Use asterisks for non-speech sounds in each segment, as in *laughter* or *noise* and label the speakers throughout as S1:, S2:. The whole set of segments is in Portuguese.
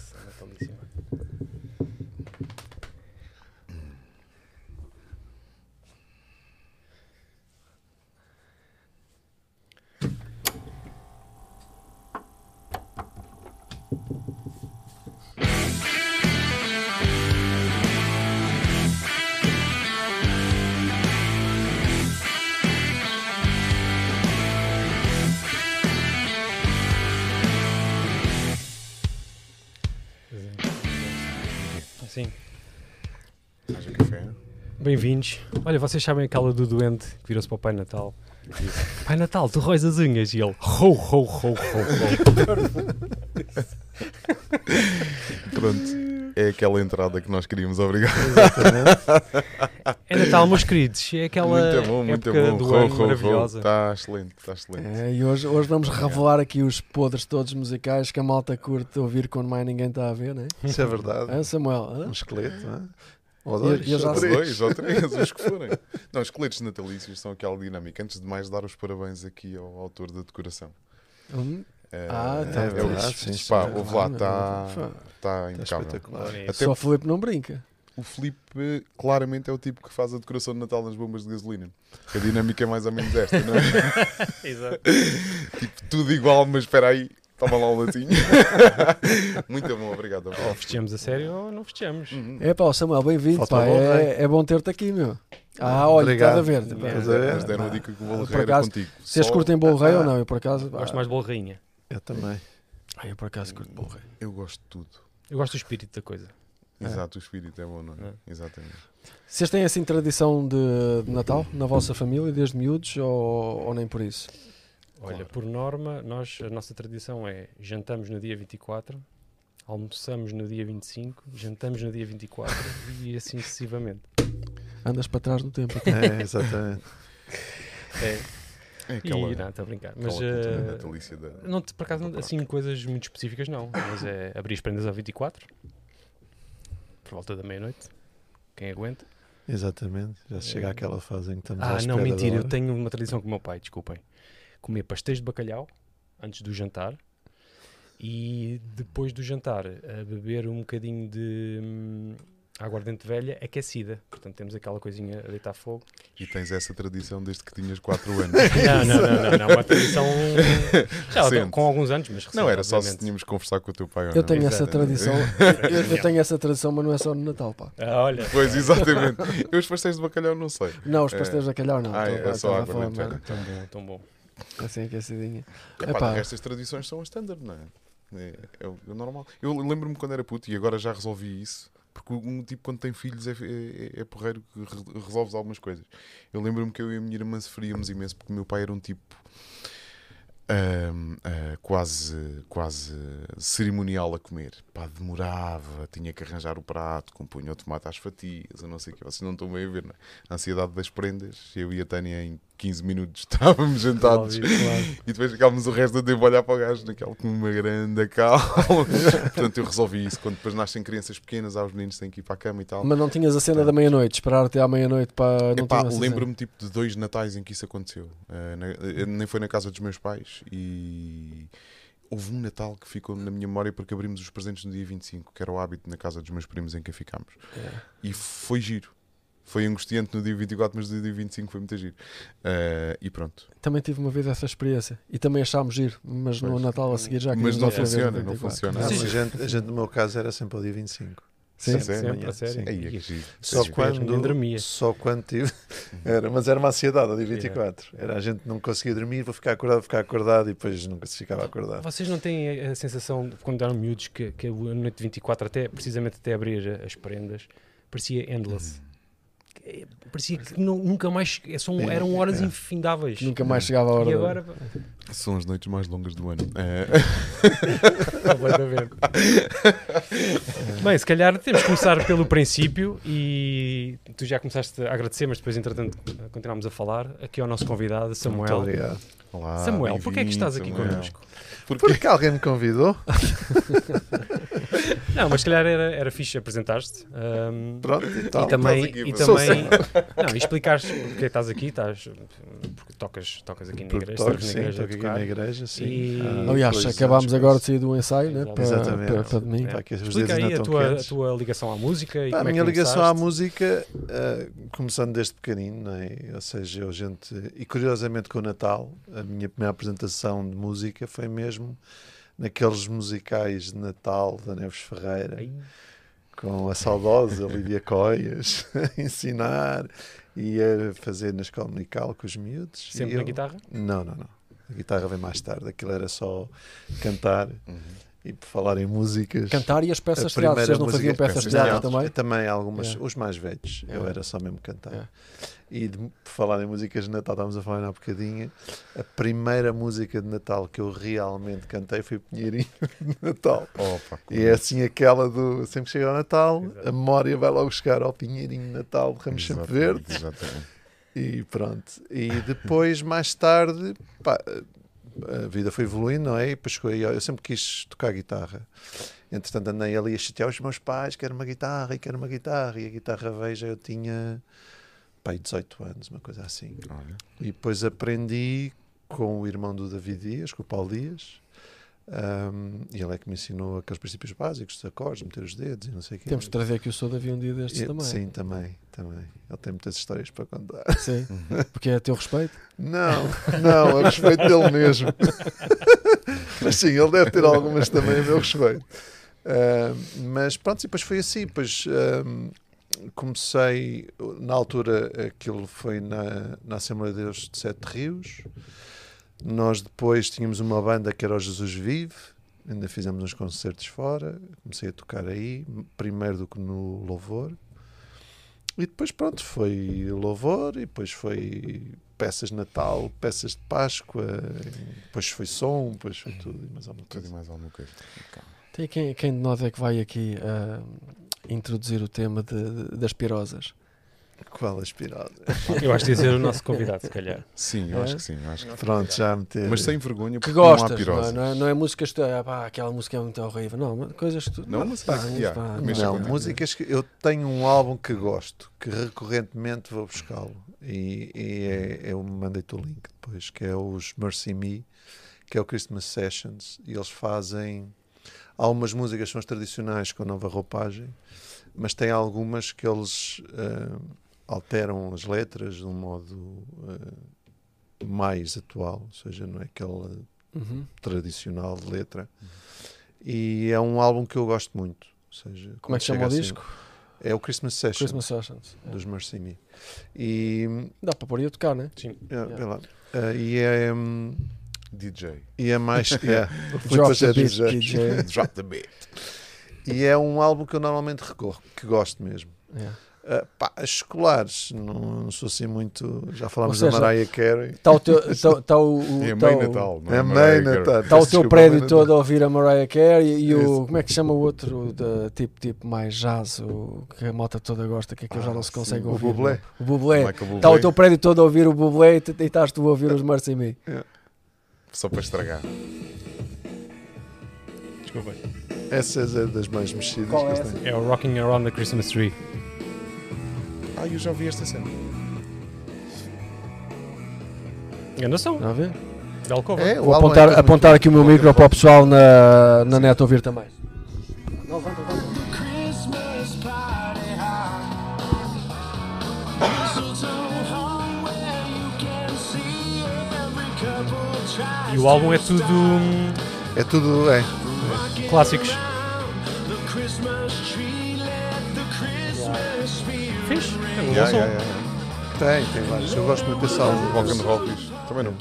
S1: Felício. Sim.
S2: Faz um café.
S1: Bem-vindos. Olha, vocês sabem aquela do doente que virou-se para o Pai
S2: *laughs*
S1: Natal e disse: Pai Natal, tu róis as unhas. E ele: Rou, rou, rou, rou,
S2: *laughs*
S1: rou.
S2: Pronto. É aquela entrada que nós queríamos, obrigado.
S1: É Natal, meus queridos. É aquela
S2: muito bom, muito
S1: época
S2: bom.
S1: do
S2: Rou,
S1: ano
S2: rou, rou.
S1: maravilhosa.
S2: Está Tá excelente, está excelente.
S3: É, e hoje, hoje vamos revelar aqui os podres todos musicais que a malta curte ouvir quando mais ninguém está a ver, né?
S4: Isso é verdade.
S3: é? Samuel, hã?
S4: Um esqueleto, não é? Ou
S3: Eu-
S4: dois,
S3: eu já
S4: ou
S2: Ou
S3: sei.
S4: três.
S2: dois, ou três, os que forem. Não, os coletes natalícios são aquela dinâmica. Antes de mais, dar os parabéns aqui ao autor da decoração.
S3: Hum?
S2: É,
S3: Ah, tá.
S2: é, o-
S4: verdade, sim, sim.
S2: pá, ouve lá, está
S3: Fá.
S2: tá
S4: Está
S2: impecável.
S4: espetacular.
S2: Até
S3: Só o Filipe não brinca.
S2: o Felipe claramente é o tipo que faz a decoração de Natal nas bombas de gasolina. A dinâmica é mais ou menos esta, não é? *laughs* Tipo,
S1: Exato.
S2: Tudo igual, mas espera aí, toma lá o latinho. *laughs* Muito bom, obrigado.
S1: Ou
S2: obrigado.
S1: festejamos a sério ou não festejamos.
S2: Uhum.
S3: É pá, o Samuel, bem-vindo,
S4: Falta
S3: pá.
S4: o bom
S3: É, é bom ter-te aqui, meu. Ah, olha,
S4: Obrigado.
S3: estás a ver. pá.
S1: Yeah.
S2: Mas,
S4: é,
S2: mas deram a dica que o bolo
S3: por
S2: rei era
S3: acaso,
S2: contigo.
S3: Vocês
S2: Só-
S3: curtem bolo rei ou não? Eu por acaso.
S1: Gosto mais de bolo rainha.
S4: Eu também.
S3: Ah, eu por acaso curto bolo rei.
S2: Eu gosto de tudo.
S1: Eu gosto do espírito da coisa.
S2: Exato, o espírito é bom, não é?
S1: É.
S2: Exatamente.
S3: Vocês têm assim tradição de, de Natal na vossa família, desde miúdos ou, ou nem por isso?
S1: Olha,
S2: Claro.
S1: por norma, nós, a nossa tradição é jantamos no dia 24, almoçamos no dia 25, jantamos no dia 24 e assim sucessivamente.
S3: Andas para trás no tempo. até.
S4: É, exatamente.
S2: É
S1: E
S2: aquela,
S1: não, estou a brincar.
S2: aquela
S1: Mas
S2: cultura
S1: eh,
S2: natalícia da.
S1: não, te- por acaso, não- assim, coisas muito específicas não. Mas é abrir as prendas ao 24, por volta da meia-noite. Quem aguenta?
S4: Exatamente. Já se chega
S1: É.
S4: àquela fase em que estamos à
S1: Ah, não,
S4: espera da
S1: mentira. Eu
S4: hora.
S1: tenho uma tradição com o meu pai, desculpem. Comer pastéis de bacalhau antes do jantar e depois do jantar a beber um bocadinho de hum, aguardente velha aquecida. Portanto, temos aquela coisinha a deitar
S2: *laughs*
S1: fogo.
S2: E tens essa tradição desde que
S1: *laughs*
S2: tinhas 4 anos.
S1: Não, não, não, não, não. Uma tradição
S2: *laughs*
S1: já,
S2: É Recente.
S1: com alguns anos, mas recente,
S2: Não era só se
S1: obviamente.
S2: tínhamos que conversar com o teu pai ou
S3: Eu
S2: não.
S3: tenho essa
S1: Exato.
S2: *laughs*
S3: tradição, eu, eu tenho essa tradição, mas não é só no Natal, pá.
S1: Ah, olha,
S2: Pois, exatamente. Eu os pastéis de bacalhau não sei.
S3: Não, os
S2: É.
S3: pastéis de bacalhau não.
S2: Ah,
S3: tô-
S2: é
S3: agora
S2: só
S3: estava a
S2: água, Tá não
S3: falar
S2: é?
S3: merda.
S1: tão bom, tão bom.
S3: Assim aquecidinha.
S2: Epá,
S3: Epá.
S2: Estas tradições são as standard, não é? É, é o- é o normal. Eu lembro-me quando era puto e agora já resolvi isso. Porque um tipo, quando tem filhos, é, é, é porreiro que re- resolves algumas coisas. Eu lembro-me que eu e a minha irmã sofríamos imenso porque o meu pai era um tipo ahm, ah, quase, quase cerimonial a comer. Pá, demorava, tinha que arranjar o prato, compunha o tomate às fatias, eu não sei o que. Vocês não estão bem a ver, não é? A ansiedade das prendas. Eu e a Tânia, em 15 minutos, *laughs* estávamos jantados e depois ficámos o resto do tempo a olhar para o gajo naquela com uma grande calma. Portanto, eu resolvi isso. Quando depois nascem crianças pequenas, há os meninos que têm que ir para a cama e tal.
S3: Mas não tinhas a cena da meia-noite, esperar até à meia-noite para. não
S2: Epá,
S3: tinhas essa
S2: lembro-me tipo de dois natais em que isso aconteceu. Eh, na- eh, nem foi na casa dos meus pais e houve um Natal que ficou na minha memória porque abrimos os presentes no dia 25, que era o hábito na casa dos meus primos em que ficámos.
S3: cena.
S2: E foi giro. Foi angustiante no dia 24, mas no dia 25 foi muito giro. Eh, e pronto.
S3: Também tive uma vez essa experiência e também achámos giro, mas no
S2: Pois.
S3: Natal a seguir já
S2: Mas
S3: queríamos
S2: não
S3: outra vez
S2: funciona,
S3: no
S2: não
S3: 24.
S2: funciona.
S4: Não, mas
S1: Sim.
S4: a gente, a gente, no meu caso, era sempre ao dia 25.
S3: Sim,
S1: Sempre,
S2: Sim.
S1: sempre, a sério.
S4: Sim.
S2: Aí é que giro.
S1: Sim.
S4: Só
S1: Nem
S4: quando,
S1: dormia.
S4: só quando tive. *laughs* Era, mas era uma ansiedade ao dia 24. Era a gente não conseguia dormir, vou ficar acordado, vou ficar acordado e depois nunca se ficava acordado.
S1: Vocês não têm a a sensação, de, quando eram miúdos, que, que a noite de 24, até, precisamente até abrir a- as prendas, parecia endless? Que- Parecia que nu- nunca mais. é, são-
S4: É,
S1: eram horas
S4: é.
S1: infindáveis.
S3: Nunca mais chegava a hora.
S1: E
S3: da-
S1: agora.
S2: São as noites mais longas do ano. Eh,
S1: Completamente. Bem, se calhar temos que começar pelo princípio e tu já começaste a agradecer, mas depois, entretanto, continuámos a falar. Aqui é o nosso convidado,
S4: Muito
S1: Samuel.
S4: obrigado.
S2: Olá,
S1: Samuel, é
S2: bem-vindo,
S1: porquê é que estás aqui
S2: Samuel.
S1: connosco?
S4: Porque alguém me convidou.
S1: Não, mas se calhar era, era fixe apresentar-te. ahm,
S4: Pronto, e tal.
S1: e também,
S2: estás aqui,
S1: e
S2: mano.
S1: também *laughs* não, e explicares porque é estás aqui, estás, porque tocas, tocas aqui na
S4: Porque
S1: igreja,
S4: toco,
S1: estás na
S4: sim,
S1: igreja a
S4: toco aqui na
S1: tocar.
S4: igreja, sim. Ah,
S1: E-
S4: Há
S1: Pois,
S3: *laughs* Aliás,
S4: dois
S3: acabámos
S4: anos
S3: agora de
S4: quase.
S3: sair do ensaio, né? Para,
S4: Exatamente.
S3: para, para domingo.
S2: É.
S4: Pá, que os
S1: É. Explica
S4: dedos
S1: aí
S4: ainda
S1: a
S4: estão
S1: tua, a
S4: quentes.
S1: tua ligação à música e
S4: Pá, a
S1: como é
S4: minha
S1: que
S4: ligação à
S1: começaste.
S4: música, ah, começando desde pequenino, não é? ou seja, eu gente. E curiosamente com o Natal, a minha primeira apresentação de música foi mesmo naqueles musicais de Natal da Neves Ferreira,
S1: Ai,
S4: com a saudosa Lídia Coias *laughs* a ensinar e a fazer na escola musical com os miúdos. E
S1: Sempre
S4: eu-
S1: na
S4: *laughs*
S1: guitarra?
S4: Não, não, não. A guitarra vem mais tarde, aquilo era só cantar
S2: Uhum.
S4: e por falar em músicas.
S3: Cantar e as peças
S4: A
S3: de teatro.
S4: primeira
S3: Vocês não
S4: música-
S3: faziam peças de
S2: peças de teatro.
S3: teatro também?
S4: Também algumas,
S3: É.
S4: os mais velhos. Eu
S3: É.
S4: era só mesmo cantar.
S3: É.
S4: E de, por falar em músicas de Natal, estávamos a falar há bocadinho. A primeira música de Natal que eu realmente cantei foi Pinheirinho *laughs* de Natal.
S2: Opa,
S4: E é assim aquela do sempre que chega ao Natal,
S1: Exato.
S4: a memória vai logo buscar ao Pinheirinho de Natal de Ramos Sempre Verde.
S2: exatamente, exatamente.
S4: E pronto. E depois, mais tarde, pá, a vida foi evoluindo, não é? E depois cheguei- eu sempre quis tocar guitarra. Entretanto, andei ali a chatear os meus pais, quero uma guitarra e quero uma guitarra. E a guitarra veja, eu tinha, pá, aí 18 anos, uma coisa assim.
S2: Olha,
S4: E depois aprendi com o irmão do David Dias, com o Paulo Dias. Ahm, e ele é que me ensinou aqueles princípios básicos, dos acordes, meter os dedos e não sei o quê.
S3: Temos de trazer aqui o Sou Davi um dia destes
S4: E-
S3: também.
S4: Sim, também, também. Ele tem muitas histórias para contar.
S3: Sim.
S2: Uhum.
S3: Porque é a teu respeito.
S4: Não, não, a respeito dele mesmo. mas sim, ele deve ter algumas também a meu respeito. Ah, mas pronto, e depois foi assim. Depois ah, comecei, na altura, aquilo foi na, na Assembleia de Deus de Sete Rios. Nós depois tínhamos uma banda que era o Jesus Vive, ainda fizemos uns concertos fora. Comecei a tocar aí, primeiro do que no Louvor. E depois, pronto, foi louvor, e depois foi peças de Natal, peças de Páscoa, e depois foi som, depois foi tudo e mais alguma
S2: tudo e
S4: coisa.
S2: mais alguma coisa. Calma.
S3: Tem quem, quem de nós é que vai aqui ah, introduzir o tema de- de- das pirosas?
S4: Qual aspirada?
S1: Eu acho que ia ser o nosso convidado, se calhar.
S2: Sim, eu
S3: É?
S2: acho que sim. eu acho que-
S4: Pronto, já meter.
S2: Mas sem vergonha,
S3: Que
S2: porque não há
S3: gostas, não,
S2: pirosas.
S3: é? não, é, não é músicas que tu- ah, pá, aquela música é muito horrível. Não, mas coisas que tu. Ah,
S2: Não, mas
S3: pá,
S2: há que há.
S3: pá,
S2: Mas
S4: Não,
S2: Sim.
S4: músicas que eu tenho um álbum que gosto, que recorrentemente vou buscá-lo. E, e é, eu mandei-te o link depois, que é os Mercy Me, que é o Christmas Sessions, e eles fazem. Algumas músicas são as tradicionais com nova roupagem, mas tem algumas que eles ah, alteram as letras de um modo ah, mais atual, ou seja, não é aquela
S3: Uhum.
S4: tradicional de letra. E é um álbum que eu gosto muito. Ou seja,
S3: Como é
S4: quando
S3: que chama o
S4: chega assim-
S3: disco?
S4: É o Christmas Session
S3: Christmas Sessions. É.
S4: dos Mercy Me. E,
S3: Dá para pôr e a tocar, né?
S1: Sim.
S4: é, vê lá. Ah, e é. hum,
S2: DJ.
S4: E
S3: *laughs*
S4: é mais. é. O Filipe
S3: Drop
S4: já
S3: the beat,
S4: diz já.
S3: DJ.
S2: *laughs* Drop the beat.
S4: E é um álbum que eu normalmente recorro, que gosto mesmo.
S3: É.
S4: Ah, pá, as escolares, não, não sou assim muito. Já falámos
S3: Ou seja,
S4: da Mariah Carey.
S3: Está o teu. Está tá o, o,
S2: É
S3: tá
S2: mãe
S3: o-
S2: Natal. não
S4: É
S2: Mariah
S4: mãe,
S2: Carey.
S4: Natal.
S3: Tá o teu
S4: Desculpa, mãe
S3: prédio
S4: Natal.
S3: todo a ouvir a Mariah Carey e o.
S4: Isso.
S3: Como é que se chama o outro da- tipo, tipo mais jazz, o que a malta toda gosta, que aquilo já
S2: Ah,
S3: não se
S2: sim,
S3: consegue
S4: o
S3: ouvir.
S4: Bublé.
S3: não? O Bublé.
S2: Michael Bublé,
S3: Está Tá o teu prédio todo a ouvir o Bublé e te- e estás tu a ouvir os Mercy Me.
S2: Só para estragar.
S1: Desculpa.
S4: Essas é das mais mexidas
S3: Qual é
S4: que eu
S3: essa?
S4: tenho.
S1: É o Rocking Around the Christmas Tree.
S2: Ah, eu já vi esta cena.
S1: Grande som,
S3: Está a ver?
S1: de Alcova.
S4: É,
S3: Vou
S4: o álbum é
S3: apontar,
S4: Christmas
S3: apontar aqui o meu micro para o pessoal na, na net ouvir também.
S5: Christmas party high. Mistletoe hung where you can see every couple tries
S1: E o álbum é
S5: to
S1: tudo hum,
S4: É tudo. É.
S1: clássicos.
S5: stop The Christmas tree, let the Christmas spirit
S1: Fixe. É um bom
S2: Yeah,
S1: som.
S2: yeah, yeah.
S4: Tem, tem vários. Eu gosto muito desse álbum.
S2: Rock and roll fixe. Também não.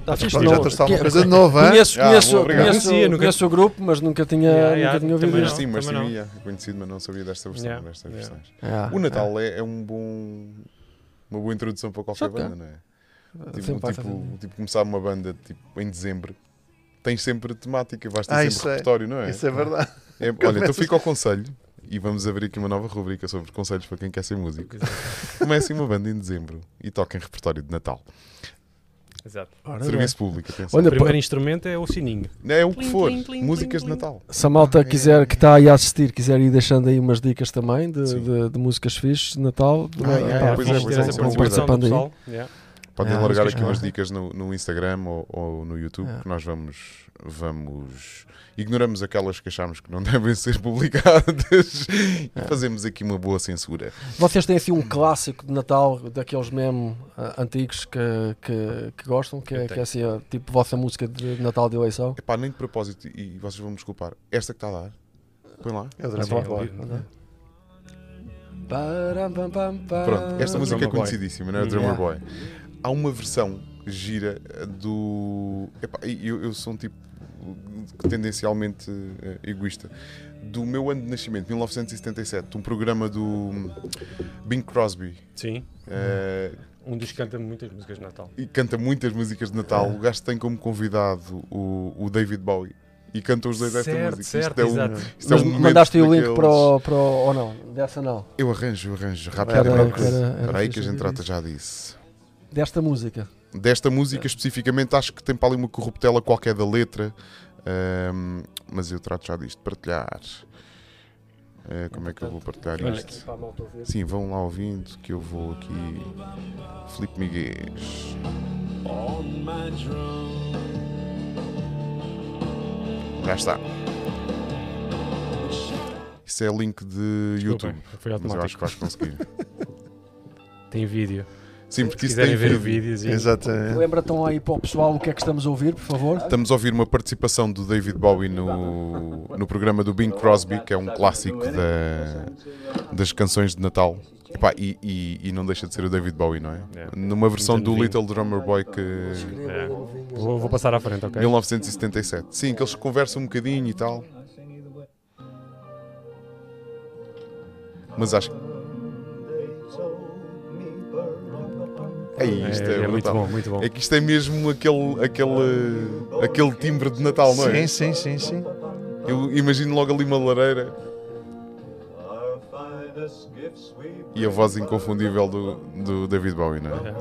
S3: Está fixe,
S4: Pronto,
S3: não?
S4: já trouxe alguma
S3: Que-
S4: coisa de novo, hein?
S3: Conheço,
S2: Ah,
S3: conheço,
S2: boa, obrigado.
S3: conheço,
S1: Conhecia, nunca-
S3: conheço o grupo, mas nunca tinha,
S1: Yeah, yeah,
S3: nunca tinha ouvido.
S1: também
S2: Mas
S1: não,
S3: isto.
S2: sim, mas sim,
S1: também não.
S2: yeah, é conhecido, mas não sabia desta versão.
S1: Yeah,
S2: destas
S1: yeah.
S2: versões.
S3: Ah,
S2: O Natal é, é um bom. Uma boa introdução para qualquer
S3: Só que é.
S2: banda, não é?
S3: ah,
S2: Tipo,
S3: sempre vai
S2: tipo,
S3: fazer-
S2: tipo, começar uma banda tipo, em dezembro. Tens sempre temática, vais ter
S4: Ah, isso
S2: sempre
S4: é.
S2: repertório, não é?
S4: Isso é verdade.
S2: É, olha, então fica ao conselho e vamos abrir aqui uma nova rubrica sobre conselhos para quem quer ser músico. Comecem uma banda em dezembro e toquem repertório de Natal.
S1: Exato.
S3: Ora bem.
S2: Serviço público, atenção.
S1: O
S3: Olha,
S1: primeiro instrumento é o sininho.
S2: Não é o que
S1: Plim,
S2: for.
S1: plim, plim,
S2: Músicas de
S1: plim,
S2: Natal.
S3: Se a malta
S2: Ah, é,
S3: quiser,
S2: é.
S3: que está aí a assistir, quiser ir deixando aí umas dicas também de,
S2: Sim.
S3: de- de músicas fixes de Natal,
S2: Ah, é,
S3: eh, pá,
S2: pois
S1: fixe
S2: é,
S1: ter
S2: pois é,
S1: essa
S2: isso é uma
S3: vão
S2: boa
S1: participação
S3: participando
S1: do
S3: aí.
S1: pessoal. Yeah.
S2: Podem
S3: Ah,
S2: largar
S3: músicas
S2: aqui
S3: de
S2: umas
S3: Natal.
S2: dicas no, no Instagram ou, ou no YouTube
S3: Ah.
S2: que nós vamos, vamos. Ignoramos aquelas que achamos que não *laughs* devem ser publicadas
S3: Ah.
S2: e fazemos aqui uma boa censura.
S3: Vocês têm assim um clássico de Natal, daqueles mesmo ah, antigos que, que, que gostam, que,
S1: Eu
S3: é-
S1: tenho.
S3: que é assim, a, tipo vossa música de Natal de eleição?
S2: Epá, nem de propósito, e vocês vão me desculpar. Esta que está a dar, põe lá.
S4: É o
S1: Ah,
S4: Dragon
S1: sim,
S4: Ball.
S1: eu-
S4: não é?
S2: Pronto,
S3: Pronto,
S2: esta música é
S1: Ah, Drummer Boy.
S2: conhecidíssima, não é?
S1: Hum.
S2: Drummer
S3: Yeah.
S2: Boy. Há uma versão gira do. Epá, eu, eu sou um tipo tendencialmente eh, egoísta. Do meu ano de nascimento, 1977, um programa do hum, Bing Crosby.
S1: Sim.
S2: eh,
S1: Um dos que canta muitas músicas de Natal.
S2: e canta muitas músicas de Natal. O gajo tem como convidado o, o David Bowie e canta os dois esta
S1: Certo,
S2: música.
S1: certo,
S2: isto é um,
S1: exato.
S2: isto é
S3: Mas
S2: um momento
S3: mandaste aí o link
S2: daqueles-
S3: para o, para o- Ou não? Dessa não.
S2: Eu arranjo, eu arranjo
S4: Era-
S2: rapidamente.
S4: era-
S3: era
S2: Espera aí que
S3: fixe
S2: a gente
S3: ouvir
S2: trata
S3: isso.
S2: já disso.
S3: Desta música.
S2: Desta
S1: É.
S2: música especificamente, acho que tem para ali uma corruptela qualquer da letra, ahm, mas eu trato já disto. Partilhar. Eh, como é que eu vou partilhar
S1: Olha
S2: isto? Sim, vão lá ouvindo que eu vou aqui. Filipe Miguel.
S5: On my drum,
S2: Já está. Isso é link de
S1: Desculpem,
S2: YouTube.
S1: Foi
S2: Mas eu acho
S1: automático.
S2: que vais conseguir.
S1: *laughs* Tem vídeo.
S2: Sim,
S1: Se
S2: porque isso tem
S1: quiserem ver
S2: vídeo.
S1: o vídeo, sim.
S2: É.
S4: Exatamente.
S3: Lembra então aí para o pessoal o que é que estamos a ouvir, por favor?
S2: Estamos a ouvir uma participação do David Bowie no, no programa do Bing Crosby, que é um clássico da- das canções de Natal. Epá, e, e- e não deixa de ser o David Bowie, não é?
S1: É.
S2: Numa versão
S1: Muito
S2: do
S1: novinho.
S2: Little Drummer Boy que.
S1: É. Vou, vou passar à frente, ok?
S2: 1977. Sim, que eles conversam um bocadinho e tal. Mas acho que. Ei, isto
S1: é,
S2: é,
S1: é muito
S2: brutal.
S1: bom, muito bom.
S2: É que isto é mesmo aquele, aquele, aquele timbre de Natal, não é?
S4: Sim, sim, sim, sim.
S2: Eu imagino logo ali uma lareira
S5: our finest gifts we
S2: e a voz inconfundível do, do David Bowie, não é?
S1: É.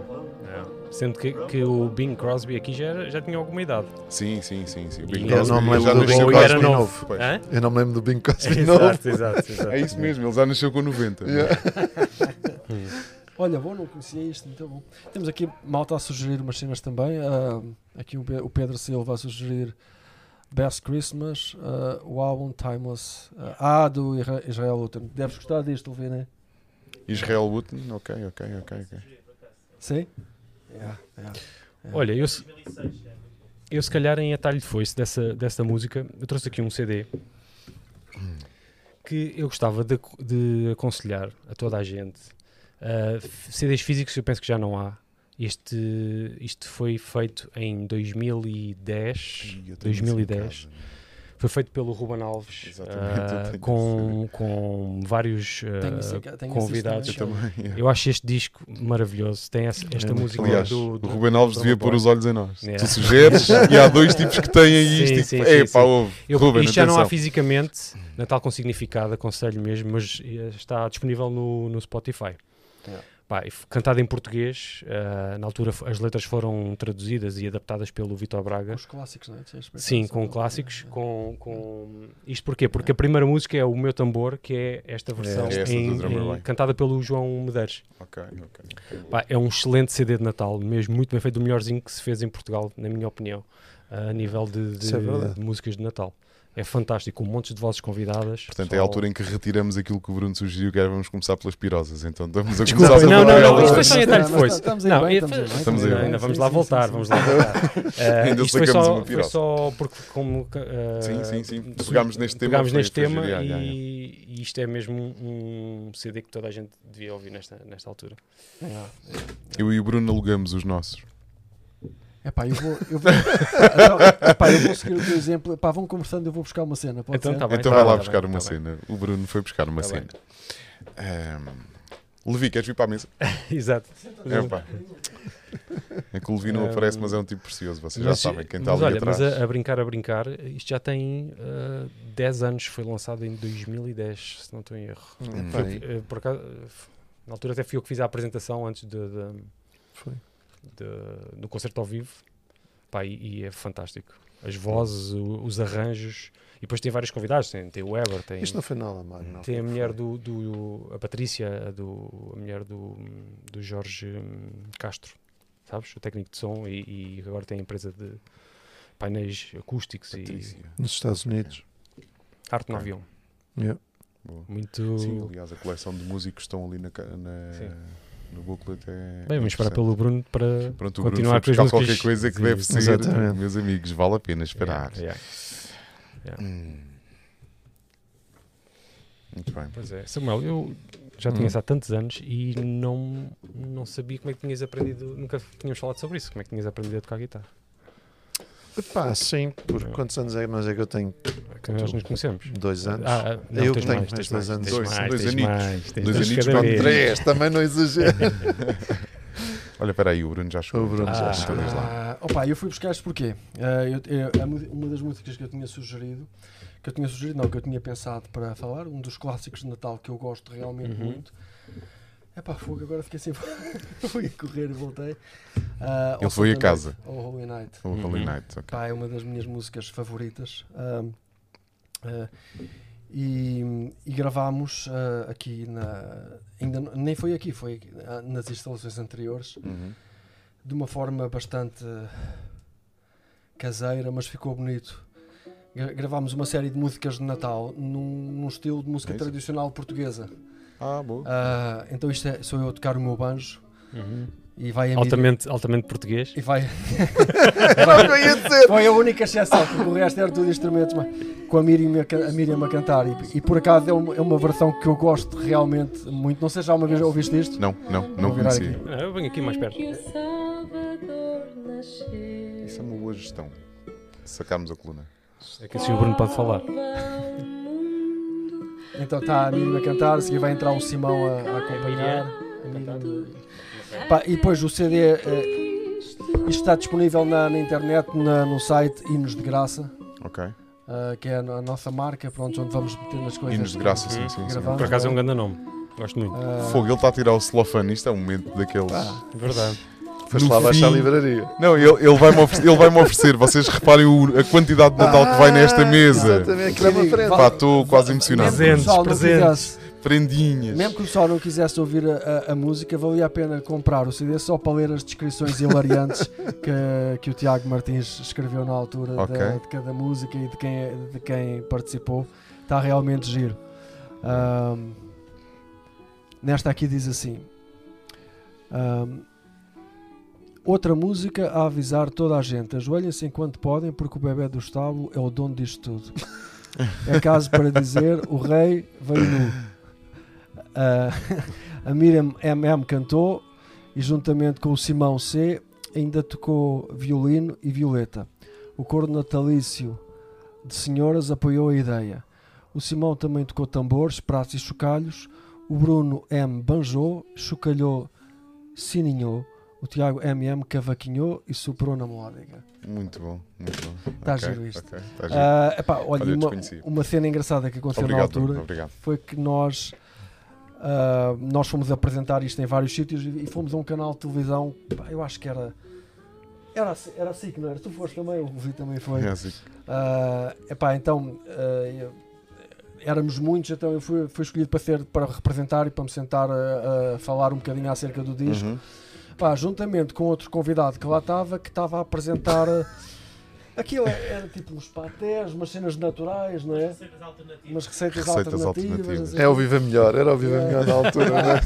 S1: Sendo que, que o Bing Crosby aqui já, era- já tinha alguma idade.
S2: Sim, sim, sim. sim. O
S1: E eu
S2: Bing Crosby
S1: não me
S2: já
S4: lembro do
S2: nasceu
S4: Bowie,
S2: quase
S4: era
S2: com
S1: novo.
S2: nove, pois. *laughs*
S1: Hã?
S4: Eu não me lembro do Bing Cosby novo.
S1: Exato, exato, exato.
S2: É isso mesmo, ele já nasceu com 90. não é?
S1: Hum.
S3: Olha, bom, não conhecia isto, muito bom. Temos aqui malta a sugerir umas cenas também. ah, aqui o Pe- o Pedro Silva a sugerir Best Christmas, ah, o álbum Timeless. ah, ah, do Isra- Israel Luton. Deves gostar disto, Levi, né?
S2: Israel Wooten, ok, ok, ok. ok.
S3: Sim?
S1: Olha, eu se, eu se calhar em atalho de foice dessa, dessa música, eu trouxe aqui um CD que eu gostava de, ac- de aconselhar a toda a gente. Ah, f- CDs físicos eu penso que já não há. Este, isto foi feito em 2010.
S2: Ih, eu tenho isso em
S1: 2010.
S2: casa.
S1: Foi feito pelo Ruben Alves
S2: Exatamente, eu
S1: ah,
S2: tenho
S1: com, com vários ah,
S3: Tenho isso em ca- tenho isso
S1: convidados.
S3: também.
S2: Eu também. é.
S1: Eu acho este disco maravilhoso. Tem essa- esta
S4: muito
S1: música
S2: Aliás,
S1: do, do
S2: o Ruben Alves
S1: do
S2: devia
S1: Drummer
S2: pôr
S1: Boy.
S2: os olhos em nós.
S1: Yeah.
S2: Tu sugeres e há dois tipos que têm
S1: *laughs*
S2: aí
S1: Sim,
S2: isto.
S1: sim,
S2: Tipo,
S1: sim,
S2: Epá,
S1: sim.
S2: ouve.
S1: Eu,
S2: Ruben,
S1: isto já não há
S2: atenção.
S1: fisicamente, Natal com significado, aconselho mesmo, mas eh, está disponível no, no Spotify.
S3: Yeah.
S1: Pá, e f- cantado em português, ah, na altura f- as letras foram traduzidas e adaptadas pelo Vitor Braga.
S3: Os clássicos, não é? Tinhas expectativa.
S1: Sim, com clássicos.
S3: é?
S1: Com, com... Isto porquê? Porque a primeira música é O Meu Tambor, que é esta versão
S2: essa do
S1: em-
S2: Drummer
S1: em-
S2: Boy.
S1: cantada pelo João Medeiros.
S2: Ok, ok.
S1: Pá, é um excelente CD de Natal, mesmo muito bem feito, o melhorzinho que se fez em Portugal, na minha opinião, a nível de, de-
S4: Isso é verdade.
S1: de músicas de Natal. É fantástico, com montes de vozes convidadas.
S2: Portanto, é a
S1: Pessoal-
S2: altura em que retiramos aquilo que o Bruno sugeriu, que era vamos começar pelas pirosas. Então estamos a
S4: Não,
S2: começar
S1: Não,
S2: só
S1: não,
S2: por
S1: não,
S2: elas.
S1: isto foi só em atalho de
S3: Mas
S1: foice.
S3: estamos aí
S1: Não,
S3: bem,
S1: é-
S3: estamos aí bem,
S2: estamos aí
S1: ainda-
S2: bem.
S1: ainda vamos
S3: Sim,
S1: lá
S3: sim,
S1: voltar,
S3: sim,
S1: vamos
S3: sim.
S1: lá
S3: *laughs*
S1: voltar. Ah,
S2: Ainda
S1: isto foi
S2: sacamos
S1: só,
S2: uma
S1: foi
S2: piroca.
S1: só porque como ah,
S2: Sim, sim, sim. Pegámos neste tema,
S1: pegámos
S2: foi-
S1: neste
S2: foi
S1: tema
S2: genial,
S1: e,
S2: já, já.
S1: e isto é mesmo um, um CD que toda a gente devia ouvir nesta, nesta altura.
S3: É,
S2: Eu e o Bruno alugamos os nossos.
S1: Tá
S3: Epá, É eu vou. Eu vou, *laughs* Então, epá, eu vou seguir o teu exemplo. Epá, vão conversando, eu vou buscar uma cena. Pode
S1: Então
S3: ser?
S1: tá bem.
S2: então vai
S1: tá
S2: lá
S1: bem,
S2: buscar
S1: tá
S2: uma
S1: bem.
S2: cena. O Bruno foi buscar uma
S1: Tá
S2: cena. Ahm, Levi, queres vir para a mesa?
S1: *laughs* Exato. um-
S2: Epá. É que o Levi não
S1: Ahm,
S2: aparece, mas é um tipo precioso. Vocês
S1: Ehm, Mas-
S2: já sabem quem está
S1: mas
S2: ali
S1: olha,
S2: atrás.
S1: Mas a, a brincar, a brincar, isto já tem ah, 10 anos, foi lançado em 2010, se não estou em erro.
S4: Hum,
S1: Foi
S4: pá,
S1: eu que- eh, por acaso, eh, f- na altura até fui eu que fiz a apresentação antes de, de-
S4: Foi.
S1: de- no concerto ao vivo. Pá, e, e é fantástico.
S2: Hum.
S1: As vozes, o- os arranjos. E depois tem vários convidados. Tem, tem o Weber, tem,
S4: Isto não foi nada, Magno. não
S1: tem a
S4: foi.
S1: mulher do, do- a Patrícia, a, do, a mulher do, do Jorge hum, Castro, sabes? O técnico de som e, e agora tem a empresa de painéis acústicos e
S2: Patrícia.
S4: Nos Estados Unidos.
S1: arte no
S2: Ok.
S1: avião.
S4: Yeah.
S2: Boa.
S1: Muito.
S2: Sim, aliás, a coleção de músicos que estão ali na, ca- na-
S1: Sim.
S2: no booklet é.
S1: Bem, vamos esperar pelo Bruno para
S2: Pronto, o Bruno
S1: continuar
S2: foi
S1: com as
S2: buscar
S1: músicas.
S2: qualquer coisa que deve ser,
S4: Exatamente.
S2: meus amigos, vale a pena esperar.
S1: Yeah, yeah.
S2: Hum. Muito bem.
S1: Pois é, Samuel, eu já tinha
S2: Hum.
S1: isso há tantos anos e não, não sabia como é que tinhas aprendido, nunca tínhamos falado sobre isso, como é que tinhas aprendido a tocar guitarra.
S4: Epá, sim, porque quantos anos é mais é que eu tenho?
S1: Que nós nos conhecemos.
S4: Dois
S1: *laughs*
S4: anos?
S1: Ah, ah, não,
S4: Eu
S1: tens
S4: que tenho,
S1: mais,
S4: tens
S1: tens
S4: dois
S1: mais,
S4: anos.
S1: tens
S2: Dois-
S1: mais,
S2: dois
S1: tens
S2: anitos.
S1: mais, tens
S2: Dois
S1: mais
S2: anitos
S1: cada
S2: com
S1: vez.
S4: Três, também não exagero.
S2: *laughs* Olha, espera aí, o Bruno já chegou.
S4: O Bruno já
S2: Ah,
S4: chegou.
S2: vamos lá.
S3: Ah, opa, eu fui buscar isto porquê? Ah, eu- eu- a mu- uma das músicas que eu tinha sugerido, que eu tinha sugerido, não, que eu tinha pensado para falar, um dos clássicos de Natal que eu gosto realmente
S1: Uhum.
S3: muito. É pá, fogo, agora fiquei sem. *laughs* fui a correr e voltei. Ah,
S2: Ele
S3: ao
S2: foi a
S3: Santa
S2: casa.
S3: Noite, Ao Holy Night.
S2: O Holy
S1: Uhum.
S2: Night, ok.
S3: Pá, é uma das minhas músicas favoritas. Ahm, ah, e, e gravámos ah, aqui na. Ainda n- nem foi aqui, foi ah, nas instalações anteriores,
S2: Uhum.
S3: de uma forma bastante ah, caseira, mas ficou bonito. Gra- Gravámos uma série de músicas de Natal num, num estilo de música
S2: É isso?
S3: tradicional portuguesa.
S2: Ah, boa.
S3: Ah, então isto é, sou eu a tocar o meu banjo
S1: Uhum.
S3: e vai a Miriam-
S1: Altamente, altamente português.
S3: E vai, *laughs*
S4: Era o que eu ia dizer.
S3: Foi a única exceção, porque o resto era tudo instrumentos mas- com a Miriam, a ca- a, Miriam a cantar. E, e por acaso é uma, é uma versão que eu gosto realmente muito. Não sei se já uma vez ouviste isto.
S2: Não, não, não
S3: Vou virar
S2: conhecia.
S1: Ah, eu venho aqui mais perto.
S6: Que o Salvador nasceu.
S2: Isso é uma boa gestão. Sacámos a coluna.
S1: É que assim o Bruno pode falar.
S6: Salva o mundo.
S3: Então está a Miriam a cantar, a seguir vai entrar o Simão a, a acompanhar. A Miriam. Pá, e depois o CD, eh,
S6: Cristo.
S3: isto está disponível na, na internet, na- no site Hinos de Graça,
S2: Ok.
S3: eh, que é a, no- a nossa marca, pronto, onde vamos metendo as coisas.
S2: Hinos de graça, sim, sim. sim.
S3: Gravamos.
S1: Por acaso é um grande nome. Gosto muito.
S3: Eh,
S2: Fogo, ele está a tirar o celofane. Isto é um momento daqueles.
S1: Verdade.
S4: Foste lá abaixo à livraria.
S2: Não, ele, ele vai-me oferecer, ele vai-me oferecer. Vocês reparem o- a quantidade de Natal que vai nesta mesa.
S4: Ah, Exatamente, aquilo é uma
S3: Querido,
S4: frente.
S2: Pá, estou quase
S3: mesmo
S2: emocionado.
S3: que o
S1: Presentes,
S3: pessoal não
S1: presentes.
S3: quisesse-
S2: Prendinhas.
S3: Mesmo que o pessoal não quisesse ouvir a, a- a música, valia a pena comprar o CD só para ler
S2: *laughs*
S3: as descrições hilariantes que, que o Tiago Martins escreveu na altura da-
S2: Ok.
S3: de cada música e de quem, de quem participou. Está realmente giro. Ahm, nesta aqui diz assim: ahm, Outra música a avisar toda a gente. Ajoelhem-se enquanto podem, porque o bebê do estábulo é o dono disto tudo. É caso para dizer: o rei veio nu. Ah, *laughs* a Miriam MM cantou e, juntamente com o Simão C, ainda tocou violino e violeta. O coro natalício de senhoras apoiou a ideia. O Simão também tocou tambores, pratos e chocalhos. O Bruno M banjou, chocalhou, sininhou. O Tiago MM cavaquinhou e soprou na melódica.
S2: Muito bom, muito bom.
S3: Tá
S2: Ok,
S3: giro isto.
S2: ok, tá giro.
S3: Ah, epá, olha,
S2: Olha, eu
S3: uma,
S2: desconhecia.
S3: uma cena engraçada que aconteceu
S2: obrigado,
S3: na altura
S2: Bruno, obrigado.
S3: foi que nós ah, nós fomos apresentar isto em vários sítios e, e fomos a um canal de televisão pá, eu acho que era era, a Si- era assim que não era, tu foste também o Levi também foi
S2: É assim.
S3: Ah, epá, então ah, eu- éramos muitos então eu fui, fui escolhido para ser para representar e para me sentar a, a falar um bocadinho acerca do disco
S2: Uhum.
S3: Pá, juntamente com outro convidado que lá estava, que estava a apresentar. eh, Aquilo era, era tipo uns patés, umas cenas naturais, não é? Umas receitas,
S2: Receitas
S3: alternativas. assim.
S2: alternativas.
S3: não sei
S4: É o
S3: quê.
S4: Viva Melhor, era o Viva Melhor na altura. não é?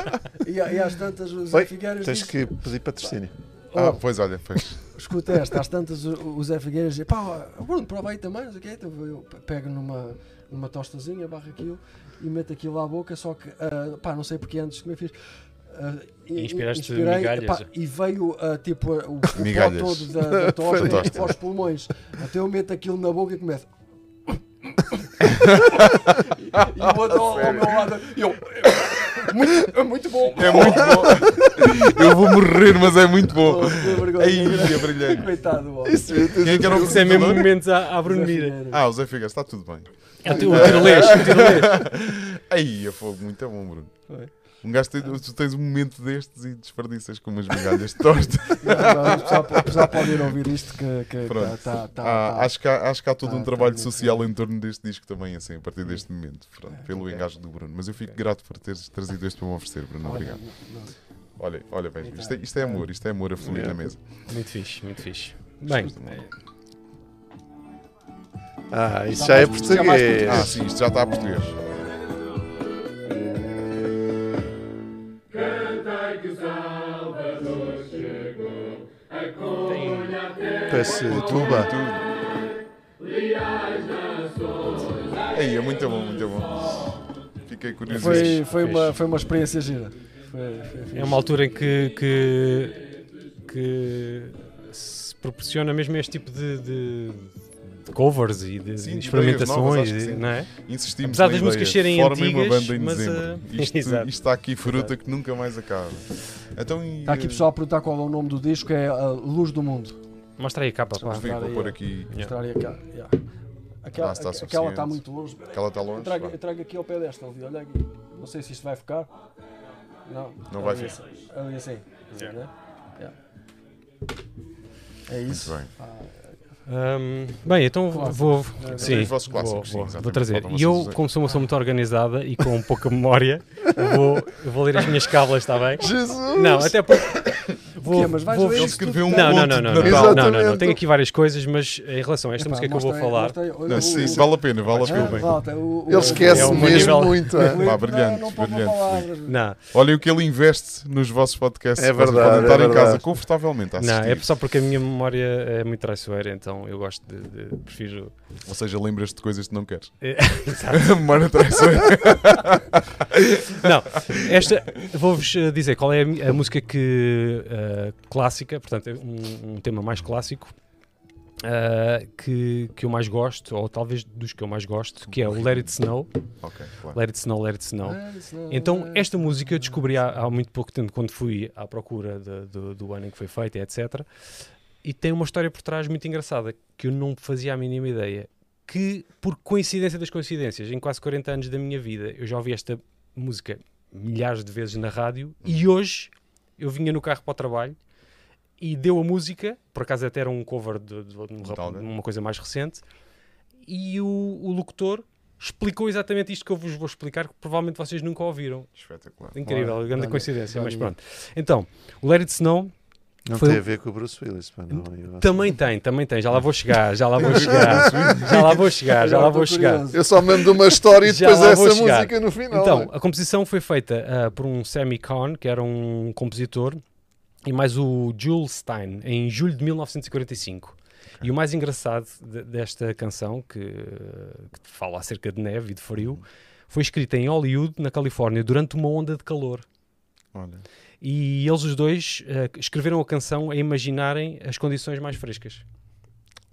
S3: E, há- e às tantas, o Zé
S4: Oi,
S3: *laughs* Figueiras.
S4: Tens
S3: diz,
S4: que pedir patrocínio.
S2: Ah,
S3: "Oh,
S2: pois olha, pois.
S3: Escuta esta, às tantas, o, o Zé Figueiras diz: pá, ó, Bruno, prova aí também, não sei o quê. Então eu pe- pego numa, numa tostazinha, barro aquilo e meto aquilo à boca, só que, ah, pá, não sei porque antes que me fiz. ah, e-
S1: Inspiraste
S3: inspirei,
S1: migalhas. é.
S3: epá, e veio ah, tipo ah, o, o pó
S2: Migalhas.
S3: todo
S2: *laughs*
S3: da, da
S2: Foi.
S3: tosta
S2: Tosta.
S3: aos pulmões. Até eu meto aquilo na boca e
S2: *laughs*
S3: começo. e o outro ao, ao meu lado. E eu. "É Muito, muito bom!
S2: É muito bom. Eu vou morrer, mas é muito bom.
S3: Oh, que vergonha.
S2: Aí,
S3: *laughs*
S2: eu brilhei.
S3: Coitado, do homem. é
S4: Isso, eu-
S2: Quem é que era o
S1: Isso é mesmo
S2: apresentador?
S1: momentos à, à Bruno
S3: Zé
S1: Mira.
S3: Figueiras.
S2: Ah, o Zé Figueiras, está tudo bem.
S1: Ah,
S2: *laughs*
S1: É o teu- o tirolês, o tirolês.
S2: Aí, eu fogo, muito bom, Bruno. Um gajo tem, tu tens um momento destes e desperdiças com umas migalhas tortas.
S3: O pessoal pode ir ouvir isto que, que
S2: Pronto.
S3: tá- tá- tá-
S2: Ah,
S3: tá-
S2: acho, que há, acho que há todo
S3: tá-
S2: um
S3: tá
S2: trabalho
S3: muito
S2: social
S3: bem.
S2: em torno deste disco também, assim, a partir deste momento. Pronto,
S3: É,
S2: pelo
S1: ok.
S2: engajo do Bruno. Mas eu fico
S1: Ok.
S2: grato por teres trazido este para me oferecer, Bruno.
S3: Olha,
S2: Obrigado.
S3: não- não.
S2: Olha, olha, vejo. Isto, é, isto é amor, isto é amor a fluir na mesa.
S1: Muito fixe, muito fixe. Bem,
S4: Ah, isso já é português.
S2: Ah, sim, isto já está a português.
S4: Parece tuba.
S2: Aí, é muito bom, muito bom. Fiquei curioso.
S3: Foi, foi, uma, foi uma experiência gira. Foi, foi fixe.
S1: é uma altura em que, que, que se proporciona mesmo este tipo de, de- de covers e de
S2: Sim, de
S1: experimentações,
S2: ideias novas, acho que
S1: e-
S2: sim.
S1: não é?
S2: Insistimos
S1: Apesar
S2: na
S1: das
S2: ideia,
S1: músicas serem
S2: formem uma
S1: antigas,
S2: banda em
S1: mas,
S2: dezembro.
S1: ah, *laughs*
S2: Isto,
S1: exato.
S2: isto está aqui fruta que nunca mais acaba. Então, e,
S3: Está aqui
S2: eh,
S3: pessoal a perguntar qual é o nome do disco, é a Luz do Mundo.
S1: Mostra aí a capa, pá.
S3: Mostra.
S2: Fico
S3: Mostrar
S2: a
S3: Tá aí,
S2: pôr
S3: ó.
S2: aqui.
S1: Yeah.
S3: Mostrarei aquela. yeah. Aquela
S2: Ah, está
S3: aque- aquela
S2: suficiente.
S3: está muito longe.
S2: Aquela está
S3: Eu
S2: tá longe.
S3: trago,
S2: vá.
S3: eu trago aqui ao pé desta, ali, olha aqui. Não sei se isto vai ficar. Não.
S2: Não vai
S3: ali
S2: ficar.
S3: assim, Ali assim. né? Yeah. É
S2: Muito
S3: isso.
S2: bem.
S1: Hum, bem, então
S3: Clássicos.
S1: vou.
S3: É,
S1: Sim,
S2: os vossos clássicos, sim,
S1: vou, vou,
S2: exatamente,
S1: vou trazer.
S2: faltam
S1: E eu,
S2: vocês
S1: como sou uma pessoa muito organizada e com *laughs* pouca memória, vou, eu vou ler as minhas cábulas, está bem?
S4: Jesus!
S1: Não, até porque. Vou,
S3: quê? Mas vais
S1: vou
S3: ler
S2: Ele
S3: isto
S2: escreveu um
S3: tudo
S1: Não, não,
S2: monte
S1: não,
S2: de
S1: não, não,
S2: Natal.
S1: não, não, não.
S4: Exatamente.
S1: Tenho aqui várias coisas, mas em relação a esta
S3: Epá,
S1: música que eu vou
S3: mostra aí,
S1: falar,
S3: mostra aí. Olha
S2: Não,
S3: o-
S2: sim, isso vale a pena, vale a
S3: Ah,
S2: pena.
S3: volta, o- o-
S4: Ele esquece
S1: É um
S4: mesmo
S1: nível-
S4: muito.
S1: *laughs*
S4: é?
S3: Não,
S2: Pá, brilhante,
S3: não é? poupa
S2: brilhante,
S3: palavras.
S1: não,
S2: Olha o que ele investe nos vossos podcasts.
S4: É
S2: Vocês
S4: verdade,
S2: Podem estar
S4: é
S2: em casa
S4: verdade.
S2: confortavelmente a
S1: não, é
S2: assistir.
S1: só porque a minha memória é muito traiçoeira, então eu gosto de, de- prefiro. *laughs*
S2: Ou seja, lembras-te de coisas que não queres. *laughs*
S1: É,
S2: A memória
S1: *laughs*
S2: traiçoeira.
S1: Não, esta vou-vos eh, dizer qual é a, mi- a música que eh, clássica, portanto, é um, um tema mais clássico eh, que, que eu mais gosto, ou talvez dos que eu mais gosto, que é o Let It Snow.
S2: ok, claro.
S1: Let It Snow, Let It Snow.
S3: Ah, isso não-
S1: Então, esta música eu
S3: não-
S1: descobri há, há muito pouco tempo, quando fui à procura de- do, do ano em que foi feita, etc. E tem uma história por trás muito engraçada, que eu não fazia a mínima ideia. Que, por coincidência das coincidências, em quase 40 anos da minha vida, eu já ouvi esta música milhares de vezes na rádio e hoje eu vinha no carro para o trabalho e deu a música, por acaso até era um cover de, de- de um rap-
S2: Metallica.
S1: uma coisa mais recente, e o, o locutor explicou exatamente isto que eu vos vou explicar, que provavelmente vocês nunca ouviram.
S2: Espetacular.
S1: Incrível, grande
S3: olha,
S1: coincidência,
S3: olha.
S1: mas pronto. Então, o Let It Snow
S4: Não
S1: Foi- um-
S4: tem a ver com o Bruce Willis, pá, não. eu acho.
S1: também tem, também tem, já lá vou chegar, já lá vou chegar, já lá vou chegar, já lá
S3: Agora
S1: vou
S3: estou
S1: chegar.
S3: curioso.
S4: Eu só mando uma história e
S1: Já
S4: depois
S1: lá
S4: essa
S1: vou chegar.
S4: música no final.
S1: Então,
S4: né?
S1: a composição foi feita ah, por um Sammy Kahn, que era um compositor, e mais o Jules Stein, em julho de 1945. E o mais engraçado de- desta canção, que, que fala acerca de neve e de frio, foi escrita em Hollywood, na Califórnia, durante uma onda de calor.
S2: Olha.
S1: E eles os dois ah, escreveram a canção a imaginarem as condições mais frescas.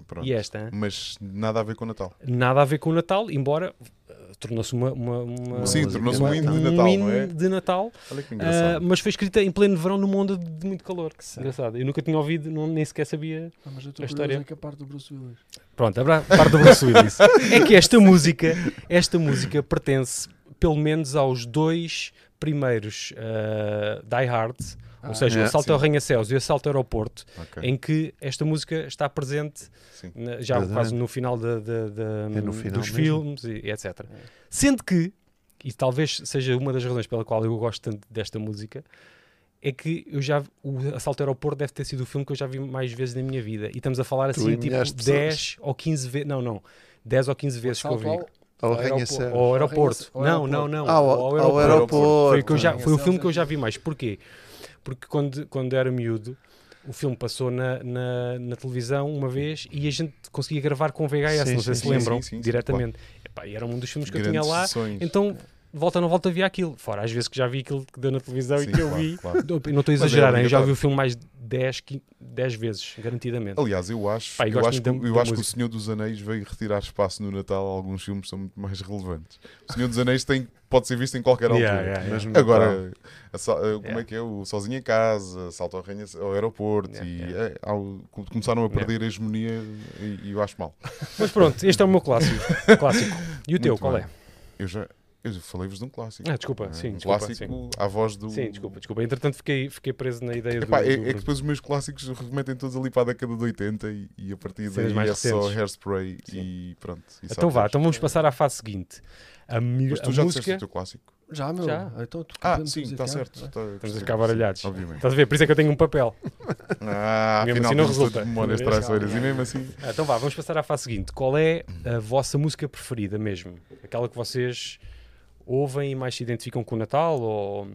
S2: Pronto.
S1: E esta, hein?
S2: Mas nada a ver com o Natal.
S1: nada a ver com o Natal, embora ah, tornou-se uma, uma, uma-
S2: Sim, tornou-se um
S1: uma-
S2: hino de Natal,
S1: hino
S2: não é?
S1: de Natal.
S2: Olha
S1: Ah,
S2: que engraçado.
S1: mas foi escrita em pleno verão numa onda de de muito calor. Engraçado. Eu nunca tinha ouvido, não- nem sequer sabia.
S3: Ah, mas eu
S1: a
S3: estou
S1: história.
S3: curioso é que a parte do Bruce Willis.
S1: Pronto, a parte do Bruce Willis. *laughs* é que esta música, esta música pertence pelo menos aos dois primeiros ah, Die Hard, ou seja, o
S4: é,
S1: Assalto ao Arranha-Céus e o Assalto ao Aeroporto,
S2: ok.
S1: Ah, em que esta música está presente
S2: Sim.
S1: na- já
S4: Exatamente.
S1: quase no final, da- da- da-
S4: É no final
S1: dos
S4: mesmo.
S1: filmes e, e etc. Sendo que, e talvez seja uma das razões pela qual eu gosto tanto desta música, é que eu já o Assalto ao Aeroporto deve ter sido o filme que eu já vi mais vezes na minha vida. E estamos a falar
S4: Tu
S1: assim,
S4: e
S1: tipo
S4: milhares de
S1: 10 ou 15 vezes. Não, não. 10 ou
S3: Ah,
S1: 15 vezes que eu vi.
S3: Salto
S4: Ao
S1: Ao aeropo-
S4: arranha-céu.
S1: ao aeroporto.
S3: Ao
S1: Não,
S3: aeroporto.
S1: não, não.
S4: Ah, ao- ao aeroporto.
S1: Foi, o que eu já, foi o
S3: Arranha-céus
S1: filme que eu
S3: é
S1: já vi mais. Porquê? Porque quando, quando era miúdo, o filme passou na, na, na televisão uma vez e a gente conseguia gravar com VHS,
S4: Sim,
S1: não sei
S4: sim,
S1: se
S2: sim,
S1: lembram,
S2: sim, sim, sim,
S1: diretamente. Epá, e era um dos filmes que eu tinha
S2: Grandes
S1: lá.
S2: sessões.
S1: Então, volta ou não volta, via aquilo. Fora, às vezes que já vi aquilo que deu na televisão e
S2: Sim,
S1: é que eu
S2: claro,
S1: vi.
S2: claro.
S1: Não não estou a
S2: Mas é
S1: exagerar, hein? eu já
S2: obrigatório.
S1: vi o filme mais de 10, 15 10 vezes, garantidamente.
S2: Aliás, eu acho,
S1: Pá, eu
S2: eu
S1: gosto
S2: acho, que,
S1: muito da-
S2: eu
S1: da
S2: acho que o
S1: música.
S2: Senhor dos Anéis veio retirar espaço no Natal. Alguns filmes são muito mais relevantes. O Senhor dos Anéis tem, pode ser visto em qualquer altura.
S1: Yeah, yeah, yeah.
S4: Mas no Natal.
S2: Agora, a sa- a- como
S1: Yeah.
S2: é que é? O Sozinho em Casa, Salto ao, Arranha- ao aeroporto
S1: Yeah,
S2: e
S1: yeah.
S2: é, ao- com- começaram a perder a hegemonia e, e eu acho mal. *laughs*
S1: Mas pronto, este é o meu clássico. clássico. E o teu,
S2: Muito
S1: qual
S2: bem.
S1: é?
S2: Eu já, Eu falei-vos de um clássico.
S1: Ah, desculpa,
S2: não é?
S1: sim,
S2: Um
S1: desculpa,
S2: clássico à voz do.
S1: Sim, desculpa, desculpa. Entretanto, fiquei, fiquei preso na ideia do.
S2: Epá, é,
S1: um do-
S2: é que depois os meus clássicos remetem todos ali para a década de 80 e, e a partir
S1: Cenas
S2: daí
S1: mais
S2: é só
S1: recentes.
S2: hairspray e pronto. e
S1: Então vá,
S2: sabes.
S1: então vamos passar à fase seguinte. A, mi-
S2: Mas
S1: a
S2: tu já disseste
S1: música.
S2: o teu clássico.
S3: Já, meu.
S1: Já.
S3: Então, tu
S2: Ah,
S3: depende
S2: sim,
S3: de
S2: está
S3: dizer que
S2: certo.
S3: há,
S2: tá-
S1: Estamos a
S2: sim,
S1: ficar baralhados.
S2: sim,
S1: *laughs*
S2: Obviamente.
S1: Estás a ver? Por isso é que eu tenho um papel.
S2: Ah,
S1: Mesmo assim
S2: afinal,
S1: não
S2: temos todos
S1: resulta.
S2: memórias
S1: Mesmo assim-
S2: traiçoeiras e mesmo assim.
S1: Ah, Então vá, vamos passar à fase seguinte. Qual é a vossa música preferida mesmo? Aquela que vocês ouvem e mais se identificam com o Natal? Ou...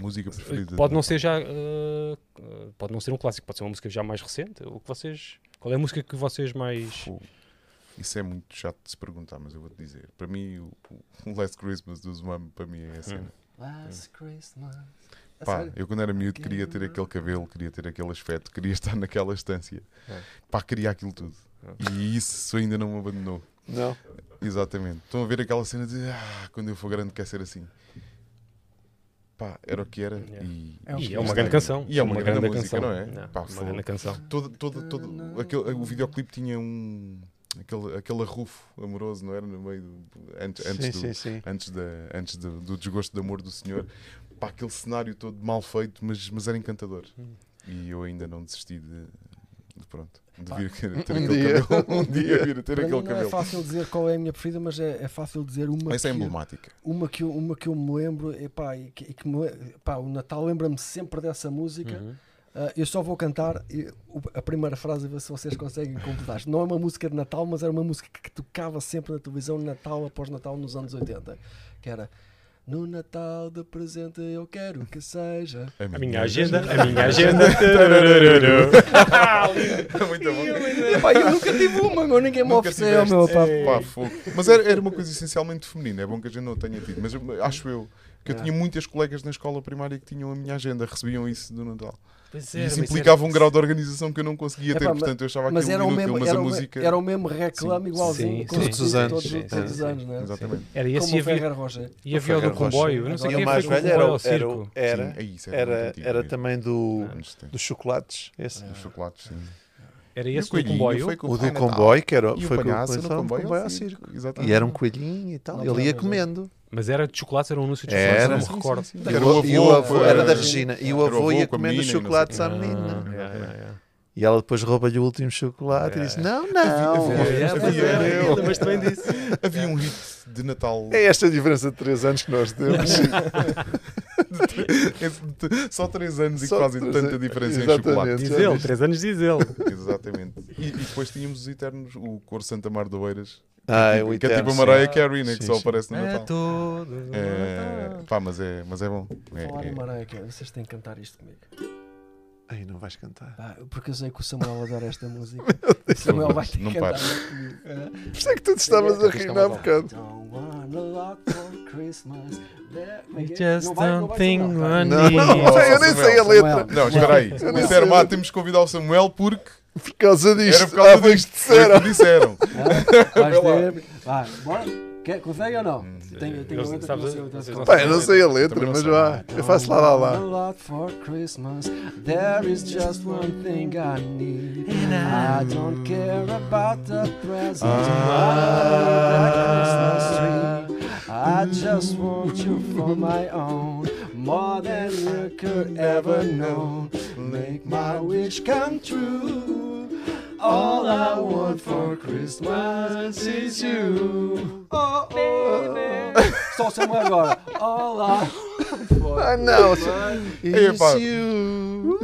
S2: Música preferida.
S1: Pode não ser já. ah, ah, pode não ser um clássico, pode ser uma música já mais recente. O que vocês. Qual é a música que vocês mais.
S2: Fogo. Isso é muito chato de se perguntar, mas eu vou-te dizer. Para mim, o, o *laughs* Last Christmas do Zumam, para mim é a cena.
S3: Last Christmas. A
S2: Pá,
S3: sério?
S2: eu quando era miúdo queria ter aquele cabelo, queria ter aquele aspecto, queria *laughs* estar naquela estância.
S1: É.
S2: Pá, queria aquilo tudo.
S3: É.
S2: E isso ainda não me abandonou.
S4: Não.
S2: Exatamente. Estão a ver aquela cena de ah, quando eu for grande quer ser assim. Pá, era o que era.
S1: Yeah.
S2: E,
S3: É o
S1: E
S2: e
S1: é uma
S2: está
S1: grande
S2: aí.
S1: canção.
S2: E é uma, grande,
S1: canção.
S2: música, não é? Pá,
S1: uma
S2: fogo.
S1: grande canção.
S2: todo, todo, todo, aquele, o videoclipe tinha um. Aquele, aquele arrufo amoroso, não era? No meio do, antes, antes
S4: Sim,
S2: do,
S4: sim, sim.
S2: antes, da, antes do, do desgosto de amor do senhor, pá, aquele cenário todo mal feito, mas, mas era encantador. E eu ainda não desisti de, de pronto, de vir a ter
S4: um
S2: aquele
S4: dia.
S2: cabelo. *laughs* Um dia vir a ter
S3: Para mim
S2: aquele
S3: não é
S2: cabelo.
S3: fácil dizer qual é a minha preferida, mas é, é fácil dizer uma
S2: Essa é
S3: que,
S2: emblemática.
S3: uma que eu, uma que eu me lembro epá, e que, e que me, epá, o Natal lembra-me sempre dessa
S1: Uhum.
S3: música Ah, eu só vou cantar e o- a primeira frase ver se vocês conseguem completar não é uma música de Natal mas era uma música que, que tocava sempre na televisão Natal após Natal nos anos 80 que era no Natal de presente eu quero que seja
S2: É
S1: A minha
S2: *laughs*
S1: agenda, a minha agenda. Tarararararú.
S2: É Muito bom.
S3: Epá, eu nunca tive uma meu, ninguém me
S2: Nunca
S3: ofereceu
S2: tiveste.
S3: meu pá.
S2: Pá, fogo. Mas era, era uma coisa essencialmente feminina, é bom que a gente não tenha tido. Mas eu- acho eu que eu
S3: É.
S2: tinha muitas colegas na escola primária que tinham a minha agenda, recebiam isso do Natal.
S1: Pois
S2: e
S1: era, mas
S2: isso
S1: era-
S2: implicava um grau de organização que eu não conseguia ter,
S3: Epá, mas-
S2: portanto eu achava
S3: mas
S2: aquilo
S3: era o
S2: inútil,
S3: mesmo
S2: um mas
S3: era,
S2: a
S3: o me-
S2: música.
S3: era o mesmo reclame igualzinho
S1: Sim,
S3: com-
S1: todos
S4: os anos,
S3: todos,
S4: sim,
S3: todos
S4: sim,
S3: os
S4: sim.
S3: anos né?
S2: Exatamente.
S1: Era esse
S3: como
S1: e
S3: o
S1: havia,
S3: Ferrer Rocher
S1: e havia o do
S4: Ferrer Rocher.
S1: comboio. eu Não sei
S4: E
S1: quem
S4: o
S1: mais
S4: mais
S1: foi
S4: velho
S1: com o comboio
S4: era,
S1: ao
S4: o- era, o-
S1: circo.
S2: Sim,
S4: era,
S2: é isso, era,
S4: era,
S2: muito
S4: era
S2: antigo
S4: também do,
S2: mesmo. Antes de tempo.
S4: dos chocolates. Esse.
S1: É.
S2: Dos chocolates, sim.
S1: Era
S2: E o
S1: esse do
S2: coelhinho
S1: comboio.
S2: foi com-
S4: O
S2: ah,
S4: do
S2: Natal.
S4: comboio, que era,
S2: E o
S4: foi um com
S2: palhaço no
S4: coleção,
S2: comboio ao circo,
S4: E
S2: exatamente.
S1: Ah.
S4: era um coelhinho e tal.
S3: Não
S4: Ele ia
S3: lembro,
S4: comendo.
S1: Mas é. era de chocolate, era um anúncio de
S4: Era.
S1: chocolate, eu não
S2: Sim,
S1: me
S2: sim,
S1: recordo.
S2: sim, sim.
S4: E
S2: Era
S4: o-
S2: o
S4: e o avô-
S2: avô,
S4: era da
S2: eh,
S4: Regina. E
S2: era
S4: o
S2: o
S4: avô
S2: avô
S4: ia
S2: com a
S4: comendo os
S2: menina e não sei
S4: chocolates
S2: quê.
S4: à
S1: Ah,
S4: menina.
S1: yeah, yeah, yeah.
S4: E ela depois rouba-lhe o último chocolate e diz: Não, não.
S2: havia- havia-
S4: é para
S2: havia-
S4: ver."
S2: eu.
S1: Lembras-te *laughs* bem disso?
S2: Havia um hit de Natal
S4: É esta a diferença de 3 anos que nós temos.
S2: Esse- Só 3 anos e
S4: Só
S2: que fazem
S4: três
S2: tanta
S4: anos.
S2: diferença
S4: Exatamente.
S2: em chocolate.
S1: Diz ele, 3 anos diz ele.
S2: Exatamente. E, e depois tínhamos os eternos, o cor Santa Mar de Oeiras,
S4: *laughs* Ah,
S2: que
S4: o
S2: é
S4: eterno,
S2: tipo a
S4: sim.
S2: Mariah Carey, né, que
S4: Sim,
S2: só
S4: sim.
S2: aparece no
S1: É
S2: Natal.
S1: todo.
S2: É, pá, mas é, mas é bom. É,
S3: Falar em
S2: é-
S3: Mariah Carey, vocês têm que cantar isto comigo.
S4: Ai, não vais cantar.
S3: Pá, porque eu sei que o Samuel adora
S2: *laughs*
S3: esta música. O Samuel vai ter que
S2: Não
S3: cantar
S2: para.
S3: isto comigo. É.
S4: Por isso é que tu te estavas
S1: Isto
S4: a
S1: é
S4: rir
S1: uma
S4: há
S1: bola.
S4: bocado.
S3: Don't want a lot for Christmas. There- como é que é?
S1: Just
S3: Não vai- não vai
S1: something
S3: Samuel, tá?
S1: one
S4: Não, não, eu nem sei a letra.
S3: Samuel.
S2: Não, espera aí.
S4: Eu nem
S2: Disseram,
S4: sei.
S2: ah, temos que convidar o Samuel porque
S4: Por causa disto.
S2: era por causa
S4: Ah, mas
S2: disto.
S4: disseram.
S2: Foi o que disseram.
S3: Vais
S2: *laughs* Vai
S3: ter. Vai, bora. Quer, consegue ou não? Tenho, tenho
S1: Eles-
S3: outra
S1: sabes-
S3: que não
S1: vocês
S3: sei
S1: não
S3: outra
S4: Pá,
S3: coisa.
S4: eu não sei a letra,
S2: Também não
S4: mas
S2: sei.
S4: vá. Eu faço lá, lá,
S3: A
S4: lá.
S3: lot for Christmas. There is just one thing I need. I don't care about the presents. I don't need a Christmas tree. I just want you for my own. More than you could ever know. Make my wish come true. All I want for Christmas is you. Oh, baby. Só chamo agora. All I want for
S4: Ah, não.
S2: Epá.
S4: It's you.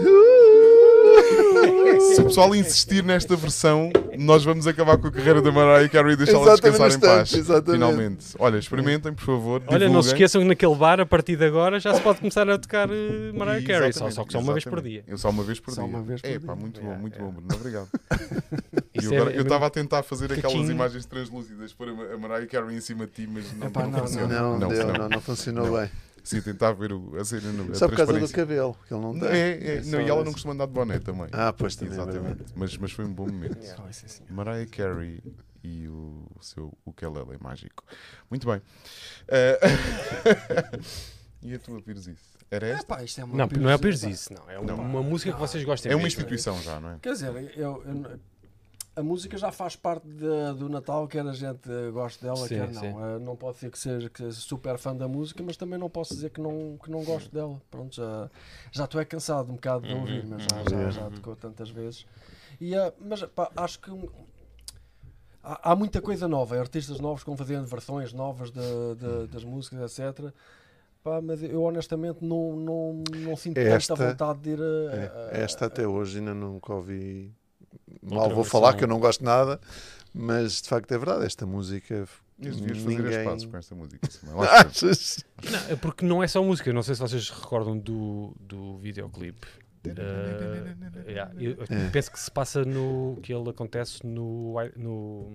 S2: Se o pessoal insistir nesta versão, nós vamos acabar com a carreira da Mariah Carey e deixá-la
S4: Exatamente,
S2: descansar em paz.
S4: bastante, exatamente.
S2: Finalmente. Olha, experimentem, por favor.
S1: Olha, não se
S2: divulguem.
S1: esqueçam que naquele bar, a partir de agora, já se pode começar a tocar eh, Mariah Carey, só, só que só uma vez por
S2: Exatamente.
S1: dia.
S2: Eu só uma vez por
S3: Só
S2: dia.
S3: uma vez por
S2: é, pá,
S3: dia.
S2: muito bom,
S1: Yeah,
S2: muito
S1: yeah.
S2: bom, Bruno. Obrigado. E
S1: Isso é-
S2: agora,
S1: é
S2: eu
S1: mesmo-
S2: estava a tentar fazer aquelas
S1: Cachinho.
S2: imagens translúcidas para a Mariah Carey em cima de ti, mas não,
S3: Epá,
S2: não,
S3: não,
S2: funciona.
S4: Não,
S2: não,
S4: deu,
S2: não.
S4: não, não funcionou bem.
S2: Sim, tentar ver o, a cena, no- a
S4: Só por causa do
S2: É transparência.
S4: cabelo, que ele não tem.
S2: É, é, não,
S4: só
S2: e ela não
S4: isso.
S2: costuma andar de boné também.
S4: Ah, pois também. é verdade.
S2: Exatamente. Mas, mas foi um bom momento.
S3: Oh, isso é assim.
S2: Mariah Carey e o seu ukulele mágico. Muito bem. Ah, *laughs* e a tua Pires isso? Era esta?
S3: Epá, isto é uma
S1: Não, não é
S3: piruzita.
S1: Pires isso, não. É uma,
S2: Não.
S1: uma música que vocês gostem
S2: É uma
S1: mesmo.
S2: instituição já, não é?
S3: Quer dizer, eu, eu, a música já faz parte de- do Natal, quer a gente eh, goste dela,
S7: Sim,
S3: quer não.
S7: sim.
S3: Eh, não pode ser que seja, que seja super fã da música, mas também não posso dizer que não, que não gosto dela. Pronto, já, já estou é cansado um bocado de
S7: Uhum,
S3: ouvir, mas já, já, já tocou tantas vezes. E, eh, mas pá, acho que um- há, há muita coisa nova, artistas novos que vão fazendo versões novas de-
S7: Uhum.
S3: de- das músicas, etc. Pá, mas eu honestamente não, não, não sinto
S4: Esta-
S3: tanta vontade de ir a- a-
S4: É, esta até hoje ainda nunca ouvi. Mal
S1: Outra
S4: vou
S1: versão.
S4: falar que eu não gosto nada, mas de facto é verdade. Esta música.
S2: Mas devias fazer
S4: ninguém...
S2: as pazes
S4: *laughs*
S2: com esta música. Samuel. Lá está.
S4: Achas?
S1: Não, é porque não é só música, não sei se vocês recordam do, do videoclipe. Eh, yeah, eu, eu
S4: É.
S1: penso que se passa no. que ele acontece no. Wi- no,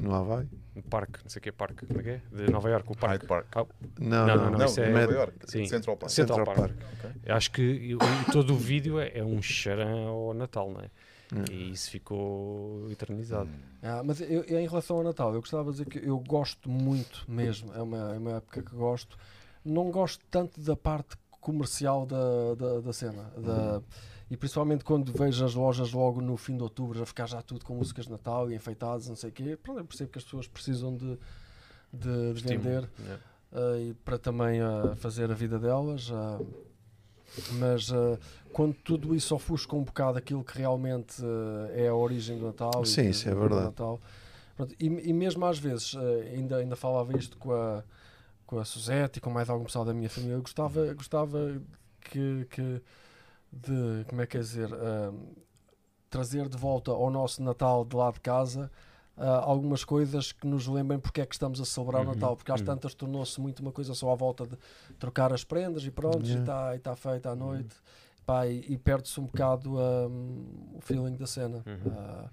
S4: No Havaí?
S1: no parque, não sei o que é parque, como é que é? De Nova Iorque, o parque.
S2: Hyde Park.
S1: Não,
S4: Não, não,
S1: não,
S2: Não,
S1: não, isso é-
S2: Nova
S4: Mad-
S2: Iorque.
S1: Sim.
S2: Central Park.
S1: Central,
S4: Central
S1: Park. Acho que eu- eu- todo o vídeo é, é um xarã ao Natal, não é?
S4: É.
S1: E isso ficou eternizado.
S3: Ah, mas eu, eu, em relação ao Natal, eu gostava de dizer que eu gosto muito mesmo, é uma, é uma época que gosto. Não gosto tanto da parte comercial da, da, da cena. da- E principalmente quando vejo as lojas logo no fim de outubro a ficar já tudo com músicas de Natal e enfeitados, não sei o quê. Pronto, eu percebo que as pessoas precisam de, de, de
S1: Estímulo,
S3: vender
S1: né?
S3: ah, e para também ah, fazer a vida delas. ah, mas ah, quando tudo isso ofusca um bocado aquilo que realmente ah, é a origem do Natal. e
S4: Sim,
S3: que-
S4: isso é
S3: do
S4: verdade.
S3: Natal. Pronto, e, e mesmo às vezes, ah, ainda, ainda falava isto com a, com a Suzette e com mais algum pessoal da minha família, eu gostava, gostava que, que de, como é que é dizer, ah, trazer de volta ao nosso Natal de lá de casa ah, algumas coisas que nos lembrem porque é que estamos a celebrar o Natal, porque às tantas tornou-se muito uma coisa só à volta de trocar as prendas e pronto, e está tá feita à noite. Pá, e e perde-se um bocado ah, o feeling da cena.
S1: Uhum.
S3: Ah,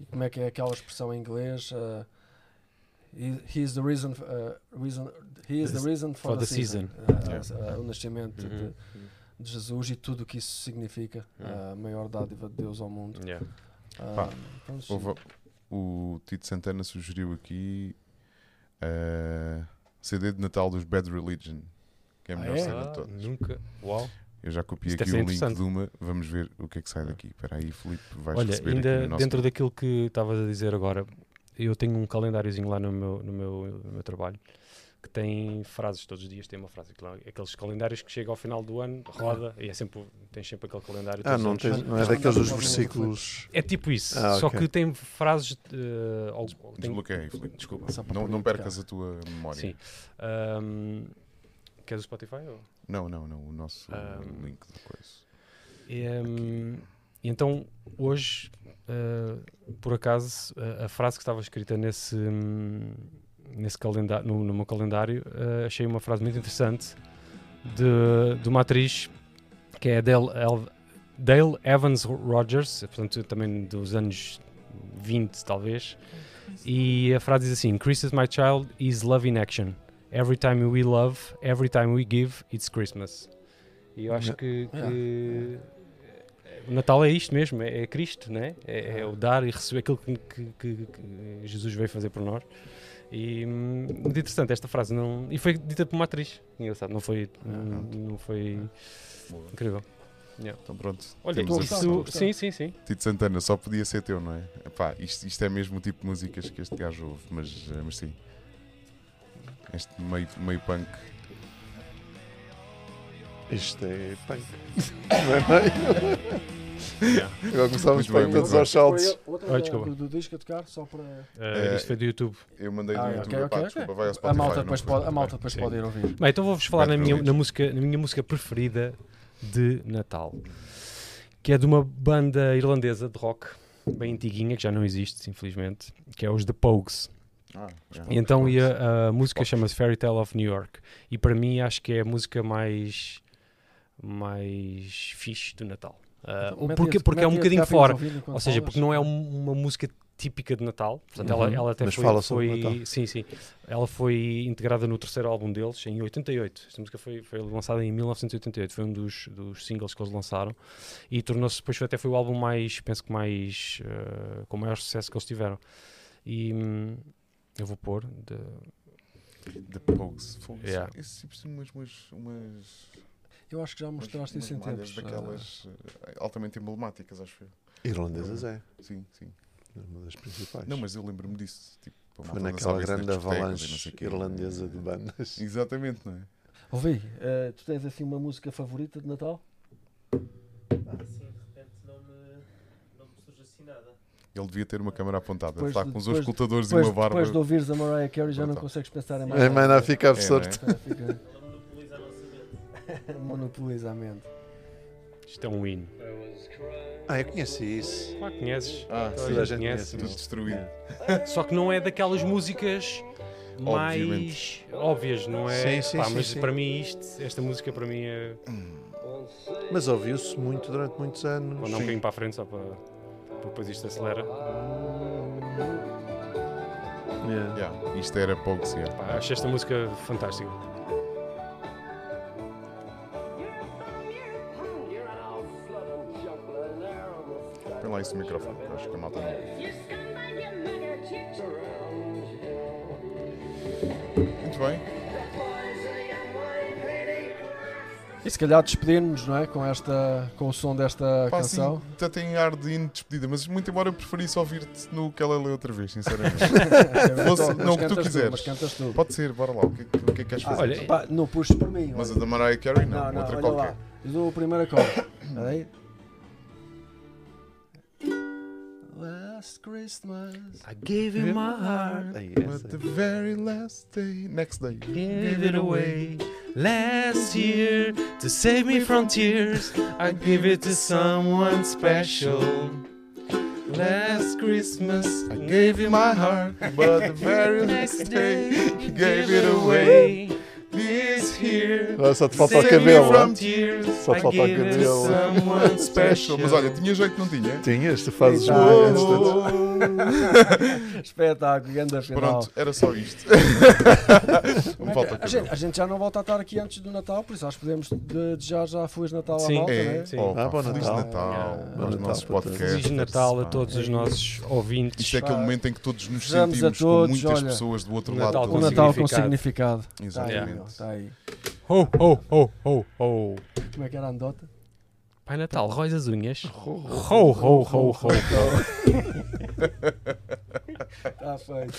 S3: e como é que é aquela expressão em inglês? ah, he, he is the reason, ah, reason- he is the reason for, the, season. Ah, ah, o nascimento de,
S2: Uhum.
S3: de Jesus e tudo o que isso significa. ah, a maior dádiva de Deus ao mundo.
S1: Yeah.
S3: Ah,
S2: Pá,
S3: pronto,
S2: Houve- o Tito Santana sugeriu aqui eh, CD de Natal dos Bad Religion, que é a
S3: Ah,
S2: melhor
S3: é?
S2: cena de
S1: Ah,
S2: todas.
S1: nunca. Uau.
S2: Eu já copiei
S1: Isto
S2: aqui
S1: deve ser
S2: o link
S1: interessante.
S2: de uma, vamos ver o que é que sai daqui. Espera aí, Filipe, vais
S1: Olha,
S2: receber aqui
S1: ainda
S2: no nosso...
S1: dentro daquilo que estavas a dizer agora, eu tenho um calendáriozinho lá no meu, no meu, no meu trabalho que tem frases todos os dias, tem uma frase. Aquilo- Aqueles calendários que chega ao final do ano, roda, e é sempre, tens sempre aquele calendário.
S4: Ah,
S1: todos os
S4: não,
S1: anos.
S4: tem, não é
S3: Mas-
S4: daqueles dos
S3: mas-
S4: versículos.
S1: É tipo isso,
S4: Ah,
S1: só
S4: ok.
S1: que tem frases. eh, al- tem-
S2: Desbloqueia, Filipe, desculpa.
S3: Só para
S2: Não, não
S3: publicar.
S2: percas a tua memória.
S1: Sim. Ahm, queres o Spotify? Ou?
S2: Não, não, não, o nosso
S1: Ah,
S2: link de coisa.
S1: Ehm, e então, hoje, eh, por acaso, a, a frase que estava escrita nesse, hum, nesse calendário, no, no meu calendário, eh, achei uma frase muito interessante de, de uma atriz que é a Dale, El- Dale Evans Rogers, portanto, também dos anos 20, talvez. E a frase diz assim: Christmas, my child, is love in action. Every time we love, every time we give, it's Christmas. E eu acho
S4: Yeah.
S1: que, que-
S3: Yeah.
S1: o Natal é isto mesmo, é, é Cristo, né? é, é o dar e receber aquilo que, que- que- que Jesus veio fazer por nós. E hum, muito interessante esta frase. Não, e foi dita por uma atriz. Engraçado, não foi. Ah, Não, não foi
S2: Boa.
S1: incrível.
S2: Então pronto,
S1: Olha,
S2: temos a
S3: gostar,
S1: isso.
S2: versão.
S3: estou a gostar.
S1: Sim, sim, *laughs* sim.
S2: Tito Santana, só podia ser teu, não é? Epá, isto, isto é mesmo o tipo de músicas que este gajo ouve, mas, eh, mas sim. Este meio, meio punk.
S4: Isto é punk. Não é meio? Agora começámos
S2: Muito bem,
S1: um
S4: para
S2: muito
S4: todos
S2: bem.
S4: aos saltos.
S3: Outra
S1: Ah, desculpa.
S3: do, do disco a tocar, só para.
S1: Eh,
S2: Eh,
S1: isto foi do YouTube.
S2: Eu mandei
S3: Ah,
S2: no
S3: ok,
S2: YouTube,
S3: ok,
S2: epá,
S3: ok.
S2: desculpa, vai ao
S3: A
S2: Spotify.
S3: malta
S2: não
S3: depois,
S2: foi
S3: pode, a
S2: muito
S3: malta
S2: bem.
S3: depois
S1: Sim.
S3: pode ir ouvir.
S1: Bem, então vou-vos falar
S2: Bad
S1: na minha,
S2: Religion.
S1: na, música, na minha música preferida de Natal, que é de uma banda irlandesa de rock, bem antiguinha, que já não existe, infelizmente, que é os The Pogues.
S2: Ah, já.
S1: E então e a, a música chama-se Fairy Tale of New York. E para mim acho que é a música mais, mais fixe do Natal. Ah,
S3: Então, mete
S1: porque
S3: esse-
S1: porque é um
S3: mete esse
S1: bocadinho
S3: cá para
S1: fora.
S3: eles ouvirem enquanto
S1: Ou seja,
S3: falas.
S1: porque não é um- uma música típica de Natal. Portanto, ela, ela até
S4: Uhum. Mas
S1: foi,
S4: fala sobre
S1: foi-
S4: o Natal.
S1: Sim, sim. Ela foi integrada no terceiro álbum deles, em 88. Esta música foi, foi lançada em 1988. Foi um dos, dos singles que eles lançaram. E tornou-se, depois foi- até foi o álbum mais, penso que mais, eh, com o maior sucesso que eles tiveram. E hum, eu vou pôr... de-
S2: The Pogues. tipo Fogo,
S1: Yeah.
S2: Esses tipos têm umas, umas, umas
S3: Eu acho que já mostraste
S2: Umas-
S3: isso em
S2: umas malhas
S3: tempos.
S2: daquelas eh, altamente emblemáticas, acho eu.
S4: Irlandesas é.
S2: Sim, sim.
S4: É Uma das principais.
S2: Não, mas eu lembro-me disso. Tipo, a
S4: Foi
S2: malta dançava
S4: naquela
S2: isso nas
S4: grande
S2: discotecas e não
S4: avalanche
S2: sei o quê.
S4: irlandesa de bandas.
S2: Exatamente, não é?
S3: Ouvi, eh, tu tens assim uma música favorita de Natal?
S7: Assim, de repente não me, não me surge assim nada.
S2: Ele devia ter uma câmara apontada.
S3: Depois
S2: Está
S3: de-
S2: com os
S3: depois-
S2: auscultadores e
S3: Depois,
S2: uma barba.
S3: depois de ouvires a Mariah Carey já não
S2: Brutal.
S3: consegues pensar em mais
S4: É, mas não fica
S2: É,
S4: absorto.
S2: não é?
S3: Já fica-
S7: Ela monopoliza a nossa mente.
S3: *laughs* Monopoliza a mente.
S1: Isto é um hino. é?
S4: Ah, eu conheci isso.
S1: Claro que conheces.
S2: Ah,
S1: Toda
S4: sim.
S1: a
S4: a
S1: gente
S4: gente
S1: conhece.
S2: Tudo destruído.
S1: não é? Só que não é daquelas músicas mais
S2: Obviamente.
S1: óbvias, não é?
S4: Sim, sim,
S1: Pá,
S4: sim,
S1: mas
S4: sim.
S1: para mim isto, esta música para mim é.
S4: Mas ouviu-se muito durante muitos
S1: Vou
S4: anos.
S1: dar um bocadinho para a frente só para. porque Depois isto acelera.
S3: É.
S4: Yeah.
S2: Yeah, Isto era pouco, se
S1: Pá, acho esta música fantástica.
S2: Põe lá isso o microfone, que eu acho que a malta não. Muito bem.
S3: E se calhar despedir-nos, não é? Com, esta, com o som desta
S2: Pá, assim,
S3: canção.
S2: até tem ar de hino de despedida, mas muito embora eu preferisse ouvir-te no que ela leu outra vez,
S3: *laughs*
S2: sinceramente. *laughs* Fosse-
S3: Mas
S2: não, o que tu
S3: cantas
S2: quiseres.
S3: Mas cantas tu. Ah, então
S2: Pode ser, bora lá. O que, o que é que és fazer?
S1: olha,
S3: Pá, não puxes por mim.
S2: Mas a
S3: olha.
S2: da Mariah Carey não,
S3: não, não,
S2: outra
S3: olha
S2: qualquer. Hum.
S3: lá. Eu dou a primeira cola. Espera aí. Last Christmas.
S1: I gave you my heart,
S4: Aí,
S2: But the
S4: essa.
S2: very last day, next day,
S1: gave it away. Last year, to save me from tears, I gave it to someone special. Last Christmas,
S2: I gave you my heart, but the very
S1: Next
S2: last
S1: day,
S2: day,
S1: you
S2: gave it away.
S1: This
S2: This
S1: year,
S2: here,
S4: Agora só te falta o
S1: save me
S4: cabelo.
S1: from
S4: hein?
S1: tears,
S4: Só
S1: I
S4: falta o
S1: gave it to
S4: cabelo.
S1: someone
S2: special.
S1: special.
S2: Mas olha, tinha jeito, não tinha?
S4: Tinhas, tu fazes
S3: Eita,
S4: bem
S3: esta-
S4: estas.
S3: *laughs* Espetáculo, grande final.
S2: Pronto, era só
S3: *laughs*
S2: isto.
S3: Como é
S2: Não
S3: que-
S2: falta
S3: a, gente,
S2: cabelo.
S3: a gente já não volta a estar aqui antes do Natal, por isso acho que podemos desejar já Feliz Natal
S1: Sim.
S3: à malta,
S2: É,
S3: né?
S1: Sim.
S2: oh, pá,
S4: Ah, bom
S2: Feliz
S4: Natal.
S2: Natal
S3: Ah,
S4: bom
S2: aos
S4: Natal
S2: nossos
S4: para todos.
S2: podcasts.
S1: Feliz Natal a
S2: Pá,
S1: todos os nossos ouvintes.
S2: Isto é aquele momento em que todos nos
S3: Desejamos a
S2: sentimos com
S3: todos,
S2: muitas
S3: olha,
S2: pessoas do outro
S1: um
S2: lado
S1: Natal
S2: da
S3: Um
S1: com Tá, é.
S2: linha.
S3: Natal com
S1: significado.
S3: significado. Está Tá aí,
S2: Exatamente.
S3: está aí.
S1: Ho, ho, ho, ho, ho.
S3: Como é que era a andota?
S1: Pai Natal, rói as unhas. Ho, ho, ho, ho.
S3: Está feito.